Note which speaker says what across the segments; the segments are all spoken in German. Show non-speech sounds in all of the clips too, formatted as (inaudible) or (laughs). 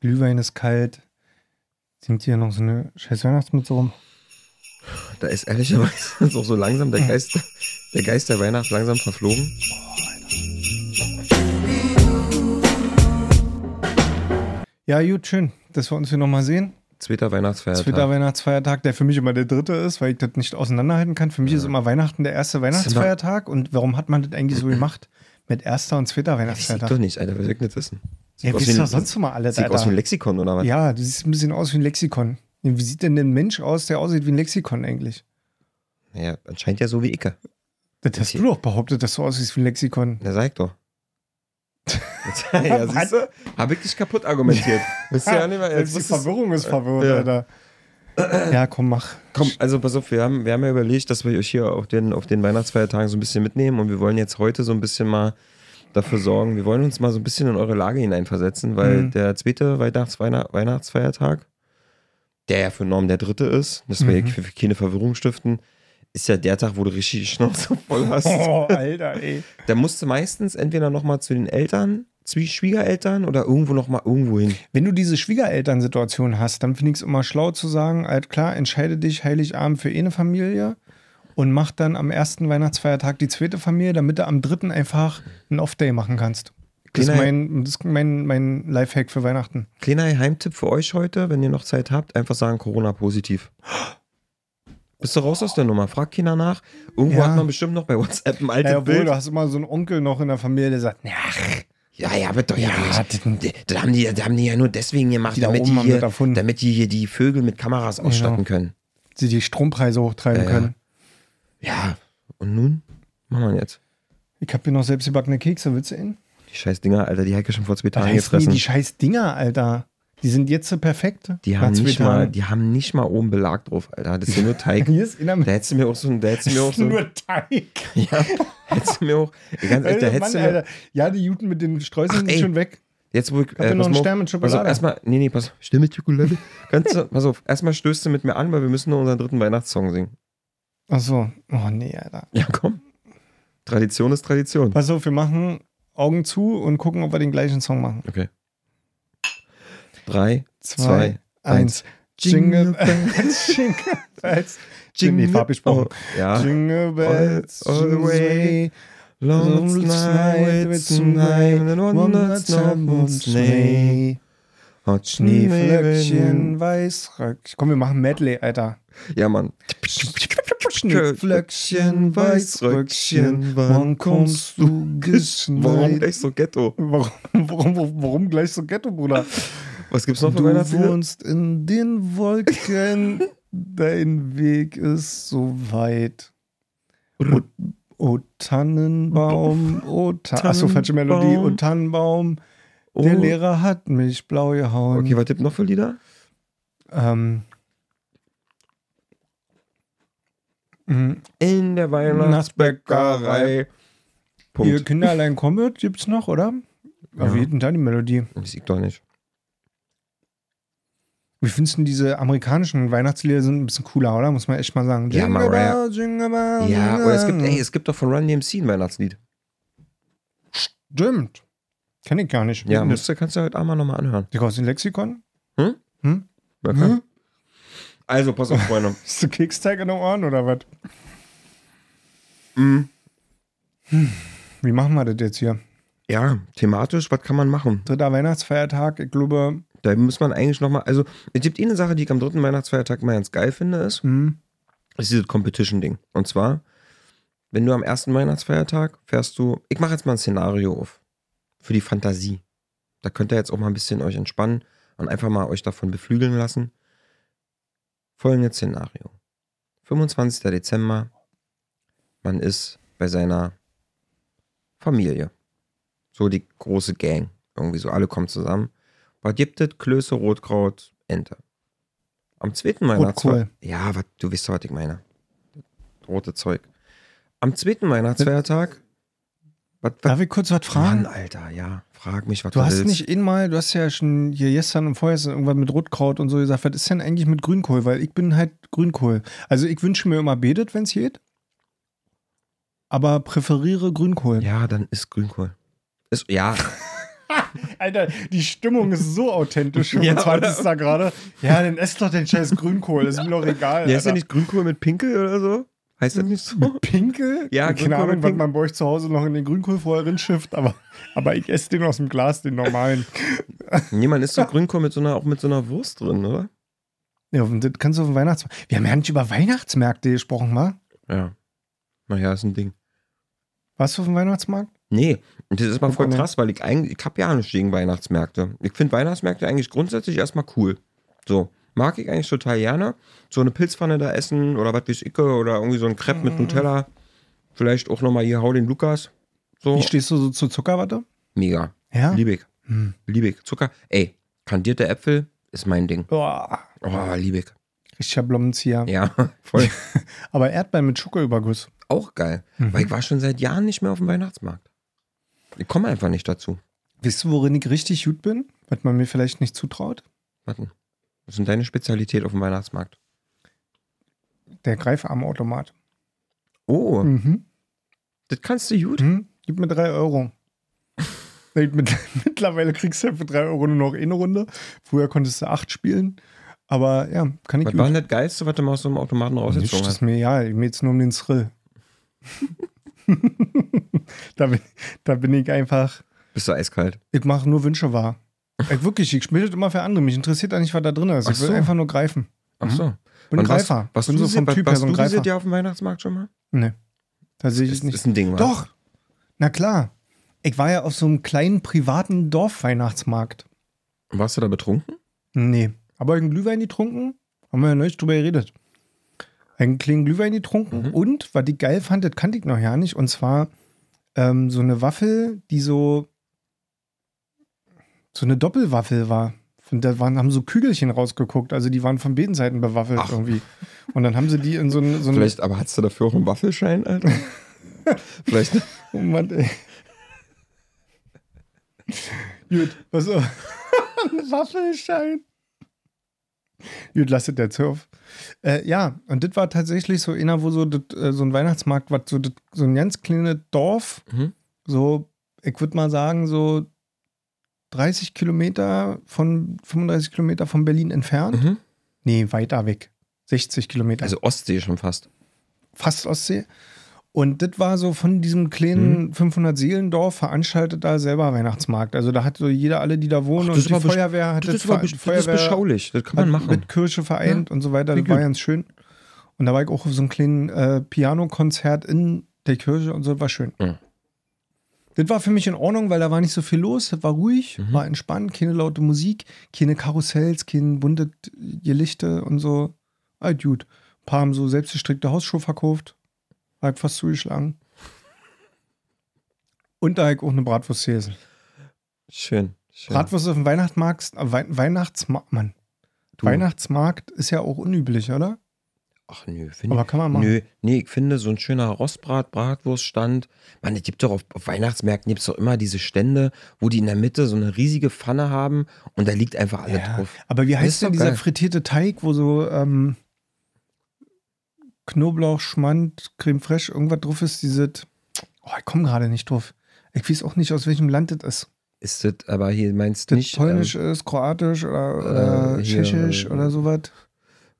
Speaker 1: Glühwein ist kalt. Singt hier noch so eine scheiß Weihnachtsmütze rum.
Speaker 2: Da ist ehrlicherweise (laughs) jetzt auch so langsam der Geist, der Geist der Weihnacht langsam verflogen.
Speaker 1: Ja, gut, schön, dass wir uns hier nochmal sehen.
Speaker 2: Zweiter Weihnachtsfeiertag.
Speaker 1: Zweiter Weihnachtsfeiertag, der für mich immer der dritte ist, weil ich das nicht auseinanderhalten kann. Für mich ist immer Weihnachten der erste Weihnachtsfeiertag. Und warum hat man das eigentlich
Speaker 2: (clears throat)
Speaker 1: so gemacht? Mit erster und zweiter
Speaker 2: das sieht
Speaker 1: Weihnachtsfeiertag.
Speaker 2: doch nicht, Alter, wir sollten nicht wissen.
Speaker 1: Ja, wie
Speaker 2: aus
Speaker 1: ist
Speaker 2: wie ein-
Speaker 1: doch sonst immer alles,
Speaker 2: sieht aus wie ein
Speaker 1: Alter?
Speaker 2: Lexikon oder was?
Speaker 1: Ja, du siehst ein bisschen aus wie ein Lexikon. Wie sieht denn ein Mensch aus, der aussieht wie ein Lexikon eigentlich?
Speaker 2: Naja, anscheinend ja so wie Icke.
Speaker 1: Das hast du doch behauptet, dass du aussiehst wie ein Lexikon.
Speaker 2: Na, sag ich
Speaker 1: (laughs)
Speaker 2: doch. (laughs) ja, siehst du? Hab ich dich kaputt argumentiert. Wisst ihr ja nicht mehr,
Speaker 1: Selbst
Speaker 2: jetzt
Speaker 1: die
Speaker 2: wusstest-
Speaker 1: Verwirrung ist verwirrt,
Speaker 2: Äh, Ja.
Speaker 1: Alter. Ja, komm, mach.
Speaker 2: Komm, also pass auf, wir haben, wir haben ja überlegt, dass wir euch hier auf den, auf den Weihnachtsfeiertagen so ein bisschen mitnehmen und wir wollen jetzt heute so ein bisschen mal dafür sorgen, wir wollen uns mal so ein bisschen in eure Lage hineinversetzen, weil
Speaker 1: Mhm.
Speaker 2: der zweite Weihnachts Weihna Weihnachtsfeiertag, der ja für Norm der dritte ist, dass wir
Speaker 1: Mhm.
Speaker 2: hier keine Verwirrung stiften, ist ja der Tag, wo du richtig die Schnauze (laughs) voll
Speaker 1: (laughs)
Speaker 2: hast.
Speaker 1: Oh, Alter, ey.
Speaker 2: Da musst du meistens entweder nochmal zu den Eltern, zu den Schwiegereltern oder irgendwo nochmal irgendwo hin.
Speaker 1: Wenn du diese Schwiegerelternsituation hast, dann finde ich es immer schlau zu sagen, halt klar, entscheide dich Heiligabend für eine Familie und mach dann am ersten Weihnachtsfeiertag die zweite Familie, damit du am dritten einfach einen Off-Day machen kannst. Das ist
Speaker 2: Kleiner-
Speaker 1: mein, das ist mein, mein Lifehack für Weihnachten.
Speaker 2: Kleiner Heimtipp für euch heute, wenn ihr noch Zeit habt, einfach sagen Corona positiv. Bist du raus aus der Nummer? Frag China nach. Irgendwo
Speaker 1: Ja.
Speaker 2: hat man bestimmt noch bei WhatsApp ein altes
Speaker 1: Ja, obwohl,
Speaker 2: Bild.
Speaker 1: du hast immer so einen Onkel noch in der Familie, der sagt, ja,
Speaker 2: Ja, ja, aber doch, ja.
Speaker 1: Ja,
Speaker 2: das, das, haben die, das haben die ja nur deswegen gemacht,
Speaker 1: Die da
Speaker 2: damit
Speaker 1: oben
Speaker 2: die,
Speaker 1: haben
Speaker 2: hier,
Speaker 1: das erfunden.
Speaker 2: damit die hier die Vögel mit Kameras ausstatten können.
Speaker 1: sie die Strompreise hochtreiben
Speaker 2: Ja, ja.
Speaker 1: können.
Speaker 2: Ja, und nun? Machen wir jetzt.
Speaker 1: Ich habe hier noch selbstgebackene Kekse, willst du in?
Speaker 2: Die scheiß Dinger, Alter, die hat ja schon vor zwei
Speaker 1: Da
Speaker 2: Tagen
Speaker 1: heißen die,
Speaker 2: gefressen.
Speaker 1: die scheiß Dinger, Alter. Die sind jetzt so perfekt.
Speaker 2: Die
Speaker 1: Nach
Speaker 2: haben,
Speaker 1: zwei
Speaker 2: nicht mal,
Speaker 1: Tagen.
Speaker 2: die haben nicht mal oben Belag drauf, Alter. Das ist ja
Speaker 1: (laughs)
Speaker 2: nur Teig.
Speaker 1: Hier ist einer mit
Speaker 2: Da hättest du mir auch so ein, da hättest du mir auch so ein,
Speaker 1: (laughs) nur Teig.
Speaker 2: (laughs) ja, hättest du mir auch, ganz ehrlich, da
Speaker 1: Alter,
Speaker 2: hättest
Speaker 1: Mann,
Speaker 2: du mir,
Speaker 1: Alter. Ja, die Juten mit den Streuseln
Speaker 2: Ach,
Speaker 1: sind
Speaker 2: ey.
Speaker 1: schon weg.
Speaker 2: Jetzt, wo ich. äh,
Speaker 1: hab ja noch
Speaker 2: pass
Speaker 1: einen Stern
Speaker 2: mal auf.
Speaker 1: mit Schokolade.
Speaker 2: Pass auf, erstmal. Nee, nee, pass auf. Stern mit Schokolade. (laughs) Ganz, so, pass auf, erstmal stößt du mit mir an, weil wir müssen noch unseren dritten Weihnachtssong singen.
Speaker 1: Ach so. Oh nee, Alter.
Speaker 2: Ja, komm. Tradition ist Tradition.
Speaker 1: Pass auf, wir machen Augen zu und gucken, ob wir den gleichen Song machen.
Speaker 2: Okay. Drei,
Speaker 1: Zwei,
Speaker 2: zwei,
Speaker 1: eins.
Speaker 2: eins.
Speaker 1: Jingle (laughs) Bells, Jingle (laughs) Bells.
Speaker 2: Jingle.
Speaker 1: Nee, abgesprochen.
Speaker 2: Oh, ja.
Speaker 1: Jingle Bells,
Speaker 2: All- all the way. Long night, it's night, and wonders not what's
Speaker 1: Schnee,
Speaker 2: name. Hot
Speaker 1: Schneeflöckchen,
Speaker 2: Schneeflöckchen.
Speaker 1: Weißröckchen. Komm, wir machen Medley, Alter.
Speaker 2: Ja, Mann.
Speaker 1: Schneeflöckchen, Weißröckchen, wann kommst du
Speaker 2: Warum
Speaker 1: geschneit?
Speaker 2: gleich so Ghetto?
Speaker 1: Warum, warum, warum gleich so Ghetto, Bruder?
Speaker 2: Was gibt's noch für
Speaker 1: Du
Speaker 2: Weihnachtslieder?
Speaker 1: wohnst in den Wolken, dein Weg ist so weit. O, o Tannenbaum, o Ta Achso, falsche Melodie. O Tannenbaum, der
Speaker 2: Oh.
Speaker 1: Lehrer hat mich blau gehauen.
Speaker 2: Okay, was tippt noch für Lieder?
Speaker 1: ähm, mhm.
Speaker 2: In der Weihnachtsbäckerei.
Speaker 1: Ihr
Speaker 2: Punkt.
Speaker 1: Kinderlein kommt, gibt's noch, oder?
Speaker 2: Ja.
Speaker 1: Auf jeden Fall die Melodie.
Speaker 2: Das liegt doch nicht.
Speaker 1: Wie findest du denn diese amerikanischen Weihnachtslieder sind ein bisschen cooler, oder? Muss man echt mal sagen.
Speaker 2: Ja,
Speaker 1: Jingle
Speaker 2: Mariah-
Speaker 1: bell, jingle bell,
Speaker 2: Ja,
Speaker 1: jingle
Speaker 2: oder es gibt,
Speaker 1: bell.
Speaker 2: ey, es gibt doch von Run DMC ein Weihnachtslied.
Speaker 1: Stimmt. Kenn ich gar nicht.
Speaker 2: Ja,
Speaker 1: das
Speaker 2: musst du, kannst du heute Abend mal nochmal anhören.
Speaker 1: Digga, aus dem Lexikon?
Speaker 2: Hm?
Speaker 1: Hm?
Speaker 2: Ja,
Speaker 1: Hm?
Speaker 2: klar. Also, pass auf, Freunde.
Speaker 1: Hast du Keksteig in den Ohren oder was?
Speaker 2: Mm,
Speaker 1: Wie machen wir das jetzt hier?
Speaker 2: ja, thematisch, was kann man machen?
Speaker 1: Dritter Weihnachtsfeiertag, ich glaube,
Speaker 2: Da muss man eigentlich nochmal, also, es gibt eine Sache, die ich am dritten Weihnachtsfeiertag immer ganz geil finde, ist,
Speaker 1: hm,
Speaker 2: ist dieses Competition-Ding. Und zwar, wenn du am ersten Weihnachtsfeiertag fährst du, ich mache jetzt mal ein Szenario auf. Für die Fantasie. Da könnt ihr jetzt auch mal ein bisschen euch entspannen und einfach mal euch davon beflügeln lassen. Folgendes Szenario. 25. Dezember, man ist bei seiner Familie. So die große Gang. Irgendwie so, alle kommen zusammen. Was gibt es? Klöße, Rotkraut, Ente. Am zweiten Weihnachtsfeiertag. Ja, was, du weißt doch, was ich meine. Das Rote Zeug. Am zweiten Weihnachtsfeiertag. Was, was,
Speaker 1: darf ich kurz was fragen?
Speaker 2: Mann, Alter, ja. Frag mich, was
Speaker 1: Du
Speaker 2: du
Speaker 1: hast
Speaker 2: willst.
Speaker 1: nicht einmal, du hast ja schon hier gestern und vorgestern irgendwann mit Rotkraut und so gesagt, was ist denn eigentlich mit Grünkohl? Weil ich bin halt Grünkohl. Also ich wünsche mir immer Betet, wenn es geht, aber präferiere Grünkohl.
Speaker 2: Ja, dann ist Grünkohl. Ist, ja.
Speaker 1: Alter, die Stimmung ist so authentisch für
Speaker 2: Ja,
Speaker 1: 25. gerade. Ja, dann ess doch den scheiß Grünkohl, ist mir doch egal.
Speaker 2: (laughs) Ja, ist ja
Speaker 1: Alter.
Speaker 2: nicht Grünkohl mit Pinkel oder so? Heißt das nicht (laughs) so?
Speaker 1: Pinkel?
Speaker 2: Ja,
Speaker 1: keine
Speaker 2: Grünkohl mit
Speaker 1: Ahnung, was
Speaker 2: Pinkel.
Speaker 1: man bei euch zu Hause noch in den Grünkohl vorher reinschifft, aber, aber ich esse den aus dem Glas, den normalen.
Speaker 2: Nee, man isst doch Grünkohl mit so einer, auch mit so einer Wurst drin, oder?
Speaker 1: Ja, und das kannst du auf dem Weihnachtsmarkt. Wir haben ja nicht über Weihnachtsmärkte gesprochen, wa?
Speaker 2: Ja. Naja, ist ein Ding.
Speaker 1: Warst du auf dem Weihnachtsmarkt?
Speaker 2: Nee, und das ist mal voll
Speaker 1: Okay.
Speaker 2: krass, weil ich eigentlich, ich habe ja nichts gegen Weihnachtsmärkte. Ich finde Weihnachtsmärkte eigentlich grundsätzlich erstmal cool. So, mag ich eigentlich total gerne. So eine Pilzpfanne da essen oder was weiß ich, oder irgendwie so ein Crepe mit Nutella. Vielleicht auch nochmal hier, hau den Lukas. So,
Speaker 1: Wie stehst du so zu Zuckerwatte?
Speaker 2: mega.
Speaker 1: Ja.
Speaker 2: Liebig,
Speaker 1: Hm.
Speaker 2: liebig. Zucker, ey, kandierte Äpfel ist mein Ding.
Speaker 1: Boah,
Speaker 2: Oh, liebig.
Speaker 1: richtiger Blomenzieher.
Speaker 2: Ja, (laughs) voll.
Speaker 1: Aber Erdbeeren mit Schokoüberguss.
Speaker 2: auch geil.
Speaker 1: Mhm.
Speaker 2: Weil ich war schon seit Jahren nicht mehr auf dem Weihnachtsmarkt. Ich komme einfach nicht dazu.
Speaker 1: Wisst du, worin ich richtig gut bin? Was man mir vielleicht nicht zutraut?
Speaker 2: Warten. Was ist denn deine Spezialität auf dem Weihnachtsmarkt?
Speaker 1: Der Greifarmautomat.
Speaker 2: Oh,
Speaker 1: Mhm.
Speaker 2: das kannst du gut.
Speaker 1: Mhm. Gib mir drei Euro. Nee, mit, (laughs) mittlerweile kriegst du ja für drei Euro nur noch eine Runde. Früher konntest du acht spielen. Aber ja, kann ich
Speaker 2: Was war denn das Geilste, was du mal aus so einem Automaten
Speaker 1: Nisch,
Speaker 2: rausgezogen
Speaker 1: das ist
Speaker 2: hast?
Speaker 1: mir ja, mir jetzt nur um den Thrill. (laughs) da, bin, da bin ich einfach,
Speaker 2: Bist du eiskalt?
Speaker 1: ich mache nur Wünsche wahr. Ich, wirklich, ich spiele das immer für andere. Mich interessiert da nicht, was da drin ist.
Speaker 2: Ach
Speaker 1: Ich will
Speaker 2: so.
Speaker 1: einfach nur greifen.
Speaker 2: Ach so.
Speaker 1: Bin ein
Speaker 2: Hm. Und was-
Speaker 1: Greifer.
Speaker 2: Was
Speaker 1: bin
Speaker 2: du
Speaker 1: so
Speaker 2: so
Speaker 1: vom
Speaker 2: was,
Speaker 1: Typ her
Speaker 2: was
Speaker 1: so ein
Speaker 2: du Greifer.
Speaker 1: Greifer.
Speaker 2: dir auf dem Weihnachtsmarkt schon mal?
Speaker 1: Nee, tatsächlich
Speaker 2: Ist,
Speaker 1: nicht.
Speaker 2: ist ein Ding, wa?
Speaker 1: Doch. Na klar. Ich war ja auf so einem kleinen privaten Dorfweihnachtsmarkt.
Speaker 2: Warst du da betrunken?
Speaker 1: Nee. Aber einen Glühwein getrunken? Haben wir ja neulich drüber geredet. Einen kleinen Glühwein getrunken
Speaker 2: Mhm.
Speaker 1: und, was ich geil fand, das kannte ich noch ja nicht, und zwar ähm, so eine Waffel, die so so eine Doppelwaffel war. Und da waren, haben so Kügelchen rausgeguckt, also die waren von beiden Seiten bewaffelt
Speaker 2: Ach.
Speaker 1: irgendwie. Und dann haben sie die in so ein, so ein
Speaker 2: Vielleicht, aber hattest du dafür auch einen
Speaker 1: (laughs)
Speaker 2: Waffelschein, Alter? Vielleicht. ne?
Speaker 1: Oh Mann, ey. Gut, was auch. (laughs) Ein Waffelschein. Gut, lasst der Zurf. Äh, ja, und das war tatsächlich so einer, wo so, das, äh, so ein Weihnachtsmarkt war, so, das, so ein ganz kleines Dorf,
Speaker 2: Mhm.
Speaker 1: so, ich würde mal sagen, so 30 Kilometer von, 35 Kilometer von Berlin entfernt.
Speaker 2: Mhm.
Speaker 1: Nee, weiter weg. 60 Kilometer
Speaker 2: Also Ostsee schon fast.
Speaker 1: fast Ostsee. Und das war so von diesem kleinen
Speaker 2: Mhm.
Speaker 1: 500-Seelendorf veranstaltet da selber Weihnachtsmarkt. Also da hat so jeder alle, die da wohnen
Speaker 2: Ach, das
Speaker 1: und
Speaker 2: ist
Speaker 1: die
Speaker 2: aber besch-
Speaker 1: Feuerwehr hat
Speaker 2: Das, ist,
Speaker 1: ver-
Speaker 2: aber besch- das ist
Speaker 1: Feuerwehr
Speaker 2: beschaulich. Das kann man
Speaker 1: hat
Speaker 2: machen.
Speaker 1: Also mit Kirche vereint und so weiter.
Speaker 2: Wie
Speaker 1: Das war
Speaker 2: gut.
Speaker 1: ganz schön. Und da war ich auch auf so einem kleinen äh, Pianokonzert in der Kirche und so, das war schön.
Speaker 2: Mhm.
Speaker 1: Das war für mich in Ordnung, weil da war nicht so viel los, das war ruhig, war entspannt, keine laute Musik, keine Karussells, kein bunte Gelichte und so. Ah, gut. Ein paar haben so selbstgestrickte Hausschuhe verkauft. War ich fast zugeschlagen. Und da hab ich auch eine Bratwurst gegessen.
Speaker 2: Schön. schön.
Speaker 1: Bratwurst auf dem Weihnachtsmarkt, äh, Wei Weihnachtsmarkt, Mann.
Speaker 2: Du.
Speaker 1: Weihnachtsmarkt ist ja auch unüblich, oder?
Speaker 2: Ach nö, finde
Speaker 1: Aber kann man machen.
Speaker 2: Nö, nee, ich finde, so ein schöner Rostbrat, Bratwurststand. Mann, es gibt doch auf, auf Weihnachtsmärkten gibt's doch immer diese Stände, wo die in der Mitte so eine riesige Pfanne haben und da liegt einfach alles
Speaker 1: Ja,
Speaker 2: drauf.
Speaker 1: aber wie
Speaker 2: Das
Speaker 1: heißt
Speaker 2: ist
Speaker 1: denn
Speaker 2: doch
Speaker 1: dieser
Speaker 2: geil.
Speaker 1: frittierte Teig, wo so ähm, Knoblauch, Schmand, Creme Fraiche, irgendwas drauf ist? Dieses. Oh, ich komme gerade nicht drauf. Ich weiß auch nicht, aus welchem Land das ist.
Speaker 2: Ist das aber hier, meinst
Speaker 1: Das
Speaker 2: du nicht?
Speaker 1: polnisch
Speaker 2: Ähm,
Speaker 1: ist, kroatisch oder, oder
Speaker 2: äh, hier,
Speaker 1: tschechisch
Speaker 2: äh,
Speaker 1: oder sowas.
Speaker 2: ähm,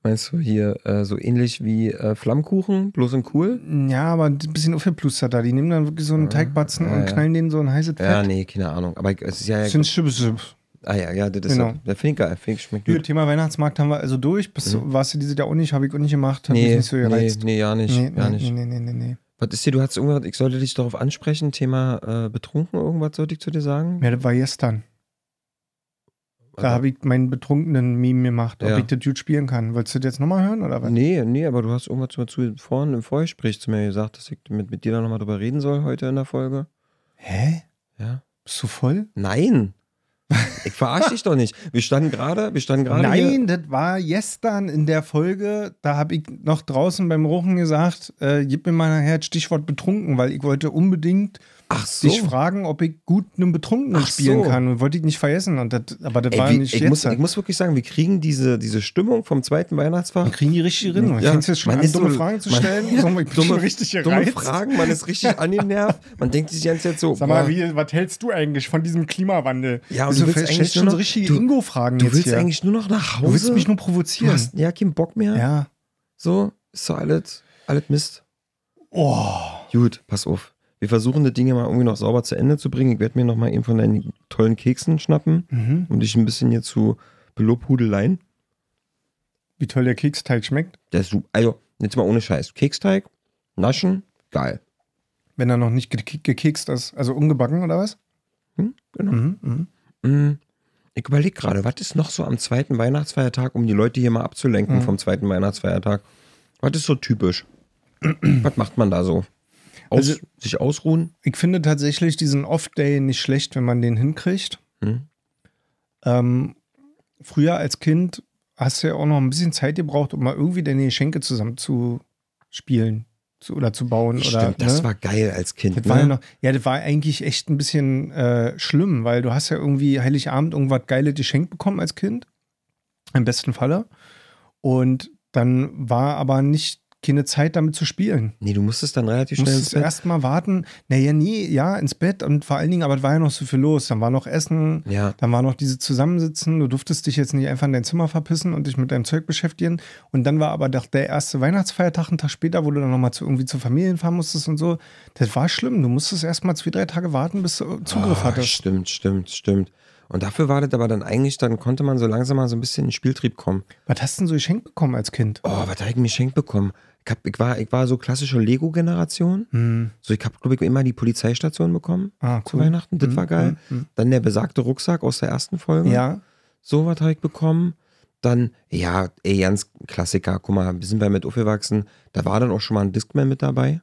Speaker 2: meinst du hier äh, so ähnlich wie äh, Flammkuchen, bloß in cool?
Speaker 1: Ja, aber ein bisschen aufgeplustert da. Die nehmen dann wirklich so einen Teigbatzen
Speaker 2: ja,
Speaker 1: und
Speaker 2: ja.
Speaker 1: knallen den so ein heißes
Speaker 2: Ja,
Speaker 1: Fett.
Speaker 2: nee, keine Ahnung. Aber es ist ja,
Speaker 1: Das
Speaker 2: ja
Speaker 1: sind Schippe, Schippe.
Speaker 2: ah ja, ja, das ist
Speaker 1: Genau.
Speaker 2: ja, der finde ich geil, finde ich schmeckt
Speaker 1: Gut,
Speaker 2: gut. Mhm.
Speaker 1: Thema Weihnachtsmarkt haben wir also durch. Bist, du- Warst du diese Jahr auch nicht? Habe ich auch nicht gemacht. Hat mich
Speaker 2: Nee,
Speaker 1: nicht so
Speaker 2: nee,
Speaker 1: gereizt.
Speaker 2: nee, ja nicht,
Speaker 1: Nee,
Speaker 2: ja
Speaker 1: nee,
Speaker 2: nicht.
Speaker 1: nee, nee, nee, nee.
Speaker 2: Was ist hier, du hast irgendwas, ich sollte dich darauf ansprechen, Thema äh, betrunken, irgendwas sollte ich zu dir sagen?
Speaker 1: Ja, das war gestern. Da habe ich meinen betrunkenen Meme gemacht, ob
Speaker 2: Ja.
Speaker 1: ich das gut spielen kann. Willst du das jetzt nochmal hören oder was?
Speaker 2: Nee, nee, aber du hast irgendwas zu, zu vorhin im Vorgespräch zu mir gesagt, dass ich mit, mit dir da nochmal drüber reden soll heute in der Folge.
Speaker 1: Hä?
Speaker 2: Ja.
Speaker 1: Bist du voll? (laughs)
Speaker 2: Nein! Ich verarsche dich doch nicht. Wir standen gerade, wir standen gerade. Hier,
Speaker 1: Nein, das war gestern in der Folge. Da habe ich noch draußen beim Rochen gesagt, äh, gib mir mal nachher das Stichwort betrunken, weil ich wollte unbedingt
Speaker 2: Ach so.
Speaker 1: dich fragen, ob ich gut einen Betrunkenen
Speaker 2: Ach
Speaker 1: spielen
Speaker 2: so.
Speaker 1: kann. Und wollte ich nicht vergessen. Und das, aber das war
Speaker 2: Ey, wie,
Speaker 1: nicht
Speaker 2: ich,
Speaker 1: jetzt.
Speaker 2: muss, ich muss wirklich sagen, wir kriegen diese, diese Stimmung vom zweiten Weihnachtsfach.
Speaker 1: wir kriegen die richtig rin.
Speaker 2: Ja,
Speaker 1: Ja, Fängst du jetzt schon
Speaker 2: man
Speaker 1: an,
Speaker 2: ist
Speaker 1: dumme
Speaker 2: so-
Speaker 1: Fragen zu
Speaker 2: man- (laughs)
Speaker 1: stellen? So, ich bin schon richtig
Speaker 2: dumme
Speaker 1: gereizt.
Speaker 2: Fragen, man ist
Speaker 1: (laughs)
Speaker 2: richtig angenervt. Man denkt sich die ganze Zeit so,
Speaker 1: Sag mal,
Speaker 2: boah,
Speaker 1: wie, was hältst du eigentlich von diesem Klimawandel?
Speaker 2: Ja, und
Speaker 1: Also,
Speaker 2: du willst
Speaker 1: stellst
Speaker 2: eigentlich
Speaker 1: schon
Speaker 2: nur
Speaker 1: so
Speaker 2: noch-
Speaker 1: richtige
Speaker 2: du-
Speaker 1: Ingo-Fragen
Speaker 2: du
Speaker 1: jetzt
Speaker 2: willst
Speaker 1: hier.
Speaker 2: eigentlich nur noch nach Hause.
Speaker 1: du willst mich nur
Speaker 2: du
Speaker 1: provozieren.
Speaker 2: hast ja keinen Bock mehr.
Speaker 1: Ja.
Speaker 2: So, ist so alles, alles Mist.
Speaker 1: Oh.
Speaker 2: Gut, pass auf. Wir versuchen die Dinge mal irgendwie noch sauber zu Ende zu bringen. Ich werde mir noch mal eben von deinen tollen Keksen schnappen
Speaker 1: Mhm.
Speaker 2: und dich ein bisschen hier zu Belobhudeleien.
Speaker 1: Wie toll der Keksteig schmeckt,
Speaker 2: Der ist super. Also, jetzt mal ohne Scheiß. Keksteig, Naschen, geil.
Speaker 1: wenn er noch nicht ge gekekst ist. Also ungebacken oder was?
Speaker 2: Hm, genau.
Speaker 1: Mhm. Mhm.
Speaker 2: Mm, Ich überlege gerade, was ist noch so am zweiten Weihnachtsfeiertag, um die Leute hier mal abzulenken
Speaker 1: Mhm.
Speaker 2: vom zweiten Weihnachtsfeiertag? Was ist so typisch? was macht man da so? Aus,
Speaker 1: Also-
Speaker 2: sich ausruhen?
Speaker 1: Ich finde tatsächlich diesen Off-Day nicht schlecht, wenn man den hinkriegt.
Speaker 2: Hm?
Speaker 1: Ähm, früher als Kind hast du ja auch noch ein bisschen Zeit gebraucht, um mal irgendwie deine Geschenke zusammen zu spielen zu, oder zu bauen. oder,
Speaker 2: Stimmt, das
Speaker 1: ne?
Speaker 2: war geil als Kind.
Speaker 1: Das war ja,
Speaker 2: ne?
Speaker 1: noch, ja, das war eigentlich echt ein bisschen äh, schlimm, weil du hast ja irgendwie Heiligabend irgendwas Geiles geschenkt bekommen als Kind. Im besten Falle. Und dann war aber nicht keine Zeit damit zu spielen.
Speaker 2: nee, du musstest dann relativ
Speaker 1: Du
Speaker 2: schnell
Speaker 1: musstest
Speaker 2: ins Bett.
Speaker 1: erst mal warten. Naja, nee, ja, ins Bett. Und vor allen Dingen, aber es war ja noch so viel los. Dann war noch Essen,
Speaker 2: Ja,
Speaker 1: dann war noch diese Zusammensitzen. Du durftest dich jetzt nicht einfach in dein Zimmer verpissen und dich mit deinem Zeug beschäftigen. Und dann war aber doch der erste Weihnachtsfeiertag, einen Tag später, wo du dann nochmal zu, irgendwie zur Familie fahren musstest und so. Das war schlimm. Du musstest erst mal zwei, drei Tage warten, bis du Zugriff
Speaker 2: Ah,
Speaker 1: hattest.
Speaker 2: Stimmt, stimmt, stimmt. Und dafür war das aber dann eigentlich, dann konnte man so langsam mal so ein bisschen in den Spieltrieb kommen.
Speaker 1: Was hast du denn so geschenkt bekommen als Kind?
Speaker 2: Oh, was habe ich mir geschenkt bekommen? Ich, hab, ich, war, ich war so klassische Lego-Generation.
Speaker 1: Hm.
Speaker 2: So, ich habe, glaube ich, immer die Polizeistation bekommen.
Speaker 1: Ah,
Speaker 2: zu
Speaker 1: cool.
Speaker 2: Weihnachten. Das
Speaker 1: Mhm,
Speaker 2: war geil.
Speaker 1: mhm, mhm.
Speaker 2: Dann der besagte Rucksack aus der ersten Folge.
Speaker 1: Ja,
Speaker 2: So was habe ich bekommen. Dann, ja, ey, ganz Klassiker. Guck mal, wir sind bei mit aufgewachsen. Da war dann auch schon mal ein Discman mit dabei.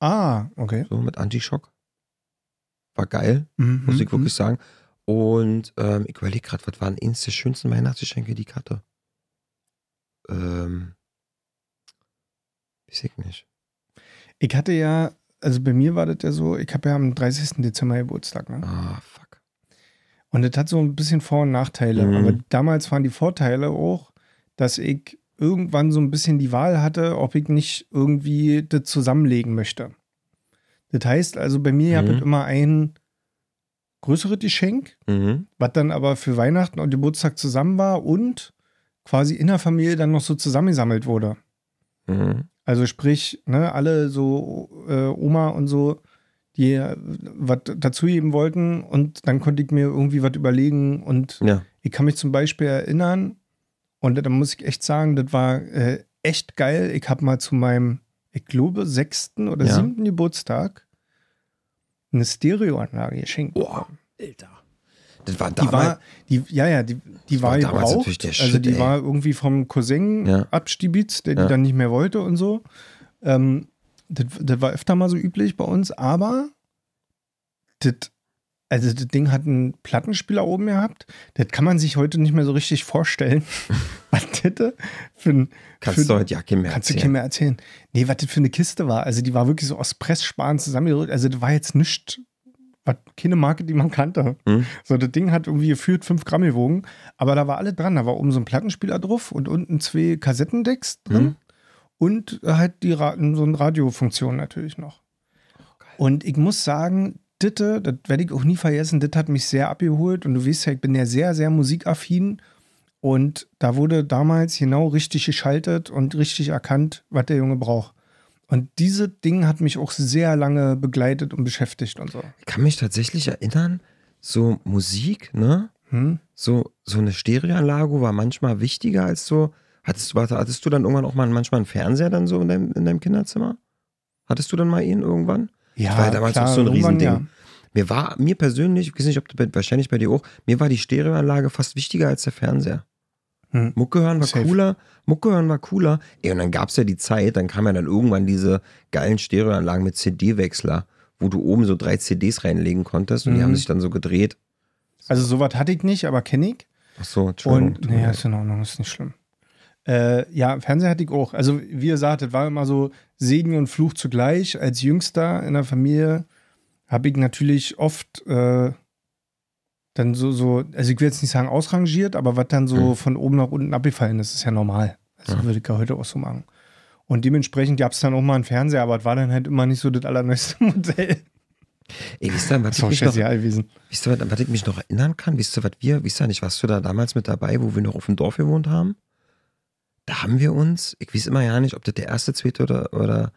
Speaker 1: ah, okay.
Speaker 2: So mit Antischock. War geil,
Speaker 1: Mhm,
Speaker 2: muss ich
Speaker 1: mhm.
Speaker 2: wirklich sagen. Und ähm, ich überlege gerade, was waren eines der schönsten Weihnachtsgeschenke, die ich hatte? Ähm, weiß ich nicht.
Speaker 1: Ich hatte ja, also bei mir war das ja so, ich habe ja am 30. Dezember Geburtstag, ne?
Speaker 2: Ah, fuck.
Speaker 1: Und das hat so ein bisschen Vor- und Nachteile.
Speaker 2: Mhm.
Speaker 1: Aber damals waren die Vorteile auch, dass ich irgendwann so ein bisschen die Wahl hatte, ob ich nicht irgendwie das zusammenlegen möchte. Das heißt also, bei mir
Speaker 2: Mhm.
Speaker 1: mhm. habe ich immer ein größeres Geschenk,
Speaker 2: Mhm.
Speaker 1: was dann aber für Weihnachten und Geburtstag zusammen war und quasi in der Familie dann noch so zusammengesammelt wurde.
Speaker 2: Mhm.
Speaker 1: Also sprich, ne, alle so äh, Oma und so, die äh, was dazugeben wollten und dann konnte ich mir irgendwie was überlegen und
Speaker 2: Ja.
Speaker 1: ich kann mich zum Beispiel erinnern und da muss ich echt sagen, das war äh, echt geil. Ich habe mal zu meinem, ich glaube, sechsten oder
Speaker 2: Ja.
Speaker 1: siebten Geburtstag eine Stereoanlage geschenkt.
Speaker 2: Boah, Alter. Das war
Speaker 1: Die
Speaker 2: damals.
Speaker 1: war, die, ja, ja, die, die war,
Speaker 2: war damals
Speaker 1: gebraucht.
Speaker 2: natürlich der
Speaker 1: also
Speaker 2: Shit,
Speaker 1: die
Speaker 2: ey.
Speaker 1: war irgendwie vom Cousin
Speaker 2: Ja.
Speaker 1: abstiebitzt, der
Speaker 2: Ja.
Speaker 1: die dann nicht mehr wollte und so. Ähm, das, das war öfter mal so üblich bei uns, aber das, also das Ding hat einen Plattenspieler oben gehabt. Das kann man sich heute nicht mehr so richtig
Speaker 2: (laughs)
Speaker 1: vorstellen. (laughs) was das für ein,
Speaker 2: Kannst
Speaker 1: für,
Speaker 2: du heute Jacke mehr
Speaker 1: Kannst du keinem
Speaker 2: erzählen.
Speaker 1: mehr erzählen. Nee, was das für eine Kiste war. Also die war wirklich so aus Pressspan zusammengerückt. Also das war jetzt nichts, war keine Marke, die man kannte.
Speaker 2: Hm?
Speaker 1: So, das Ding hat irgendwie gefühlt 5 Gramm gewogen, aber da war alles dran. Da war oben so ein Plattenspieler drauf und unten zwei Kassettendecks drin
Speaker 2: Hm?
Speaker 1: und halt die Ra so eine Radiofunktion natürlich noch. Und ich muss sagen, Ditte, das werde ich auch nie vergessen, das hat mich sehr abgeholt und du weißt ja, ich bin ja sehr, sehr musikaffin und da wurde damals genau richtig geschaltet und richtig erkannt, was der Junge braucht. Und dieses Ding hat mich auch sehr lange begleitet und beschäftigt und so.
Speaker 2: Ich kann mich tatsächlich erinnern, so Musik, ne?
Speaker 1: Hm?
Speaker 2: So, so eine Stereoanlage war manchmal wichtiger als so. Hattest, warte, hattest du dann irgendwann auch mal manchmal einen Fernseher dann so in deinem, in deinem Kinderzimmer? Hattest du dann mal ihn irgendwann?
Speaker 1: Ja,
Speaker 2: war ja damals auch so ein
Speaker 1: irgendwann,
Speaker 2: Riesending. Mir war, mir persönlich, ich weiß nicht, ob du bei, wahrscheinlich bei dir auch, mir war die Stereoanlage fast wichtiger als der Fernseher.
Speaker 1: Hm.
Speaker 2: Mucke hören war
Speaker 1: Safe.
Speaker 2: cooler, Mucke hören war cooler. Ey, und dann gab es ja die Zeit, dann kam ja dann irgendwann diese geilen Stereoanlagen mit CD-Wechsler, wo du oben so drei CDs reinlegen konntest und die
Speaker 1: Mhm.
Speaker 2: haben sich dann so gedreht.
Speaker 1: Also sowas hatte ich nicht, aber kenne ich.
Speaker 2: Ach so, Entschuldigung.
Speaker 1: Und nee, ist in Ordnung, ist nicht schlimm. Äh, ja, Fernseher hatte ich auch. Also wie ihr sagtet, war immer so Segen und Fluch zugleich. Als Jüngster in der Familie habe ich natürlich oft äh, dann so, so, also ich will jetzt nicht sagen ausrangiert, aber was dann so
Speaker 2: Hm.
Speaker 1: von oben nach unten abgefallen ist, ist ja normal. Das
Speaker 2: Ja.
Speaker 1: würde ich ja heute auch so machen. Und dementsprechend gab es dann auch mal einen Fernseher, aber es war dann halt immer nicht so das allerneueste (laughs) Modell.
Speaker 2: Ey, wisst ihr, was
Speaker 1: Das
Speaker 2: ich
Speaker 1: war
Speaker 2: mich noch,
Speaker 1: scheißegal gewesen.
Speaker 2: wisst ihr, was- an was ich mich noch erinnern kann? Wisst ihr, was wir, wisst ihr nicht, warst du da damals mit dabei, wo wir noch auf dem Dorf gewohnt haben? Da haben wir uns, ich weiß immer ja nicht, ob das der erste, zweite oder, oder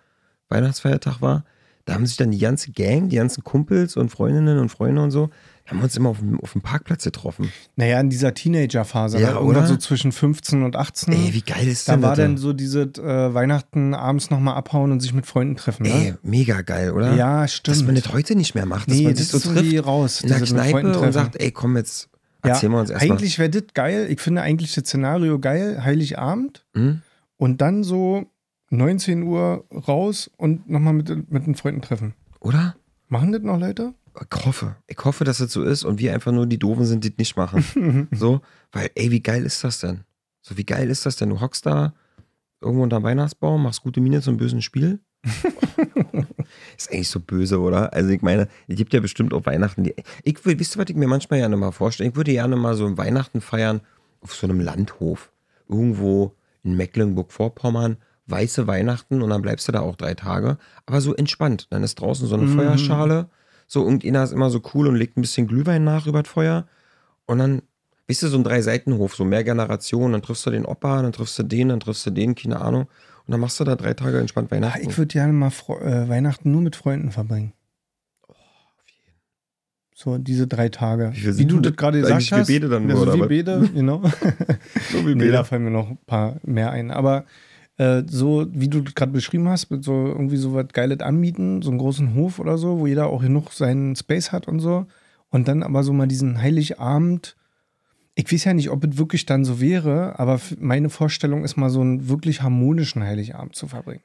Speaker 2: Weihnachtsfeiertag war, da haben sich dann die ganze Gang, die ganzen Kumpels und Freundinnen und Freunde und so, haben uns immer auf dem, auf dem Parkplatz getroffen.
Speaker 1: Naja, in dieser Teenager-Phase,
Speaker 2: Ja,
Speaker 1: ne? irgendwann
Speaker 2: oder?
Speaker 1: so zwischen 15 und 18.
Speaker 2: Ey, wie geil ist
Speaker 1: Mhm. da
Speaker 2: denn
Speaker 1: war
Speaker 2: das?
Speaker 1: dann so diese äh, Weihnachten abends nochmal abhauen und sich mit Freunden treffen,
Speaker 2: Ey,
Speaker 1: ne?
Speaker 2: mega geil, oder?
Speaker 1: Ja, stimmt.
Speaker 2: Dass man das heute nicht mehr macht, dass
Speaker 1: nee,
Speaker 2: man
Speaker 1: das
Speaker 2: sich
Speaker 1: ist
Speaker 2: so
Speaker 1: so
Speaker 2: trifft
Speaker 1: irgendwie raus.
Speaker 2: in der
Speaker 1: diese mit Freunden
Speaker 2: Kneipe und
Speaker 1: treffen.
Speaker 2: sagt, ey, komm jetzt, erzählen wir uns erstmal.
Speaker 1: Eigentlich wäre das geil. Ich finde eigentlich das Szenario geil. Heiligabend
Speaker 2: Hm?
Speaker 1: und dann so 19 Uhr raus und nochmal mit, mit den Freunden treffen.
Speaker 2: Oder?
Speaker 1: Machen das noch Leute?
Speaker 2: Ich hoffe, ich hoffe, dass das so ist und wir einfach nur die Doofen sind, die es nicht machen. so, weil, ey, wie geil ist das denn? So, wie geil ist das denn? Du hockst da irgendwo unter dem Weihnachtsbaum, machst gute Miene zum bösen Spiel. ist eigentlich so böse, oder? Also, ich meine, es gibt ja bestimmt auch Weihnachten, die. Ich würde, wisst ihr, was ich mir manchmal gerne mal vorstelle? Ich würde gerne mal so ein Weihnachten feiern auf so einem Landhof. Irgendwo in Mecklenburg-Vorpommern. Weiße Weihnachten und dann bleibst du da auch drei Tage. Aber so entspannt. Dann ist draußen so eine
Speaker 1: Mhm.
Speaker 2: Feuerschale. So, irgendeiner ist immer so cool und legt ein bisschen Glühwein nach über das Feuer. Und dann, weißt du, so ein Drei-Seitenhof, so mehr Generationen. Dann triffst du den Opa, dann triffst du den, dann triffst du den, keine Ahnung. Und dann machst du da drei Tage entspannt
Speaker 1: Ach,
Speaker 2: Weihnachten.
Speaker 1: ich würde gerne mal Fre äh, Weihnachten nur mit Freunden verbringen.
Speaker 2: Oh,
Speaker 1: So diese drei Tage.
Speaker 2: Wie viel sind
Speaker 1: du
Speaker 2: denn
Speaker 1: das
Speaker 2: das?
Speaker 1: gerade gesagt
Speaker 2: Eigentlich
Speaker 1: hast.
Speaker 2: Gebete dann nur,
Speaker 1: also
Speaker 2: oder
Speaker 1: wie
Speaker 2: was?
Speaker 1: Bede,
Speaker 2: (laughs)
Speaker 1: genau.
Speaker 2: so wie
Speaker 1: nee,
Speaker 2: Bela.
Speaker 1: da fallen mir noch ein paar mehr ein. Aber äh, so, wie du das gerade beschrieben hast, mit so irgendwie so was Geiles anmieten, so einen großen Hof oder so, wo jeder auch genug seinen Space hat und so. Und dann aber so mal diesen Heiligabend. Ich weiß ja nicht, ob es wirklich dann so wäre, aber f- meine Vorstellung ist mal so einen wirklich harmonischen Heiligabend zu verbringen.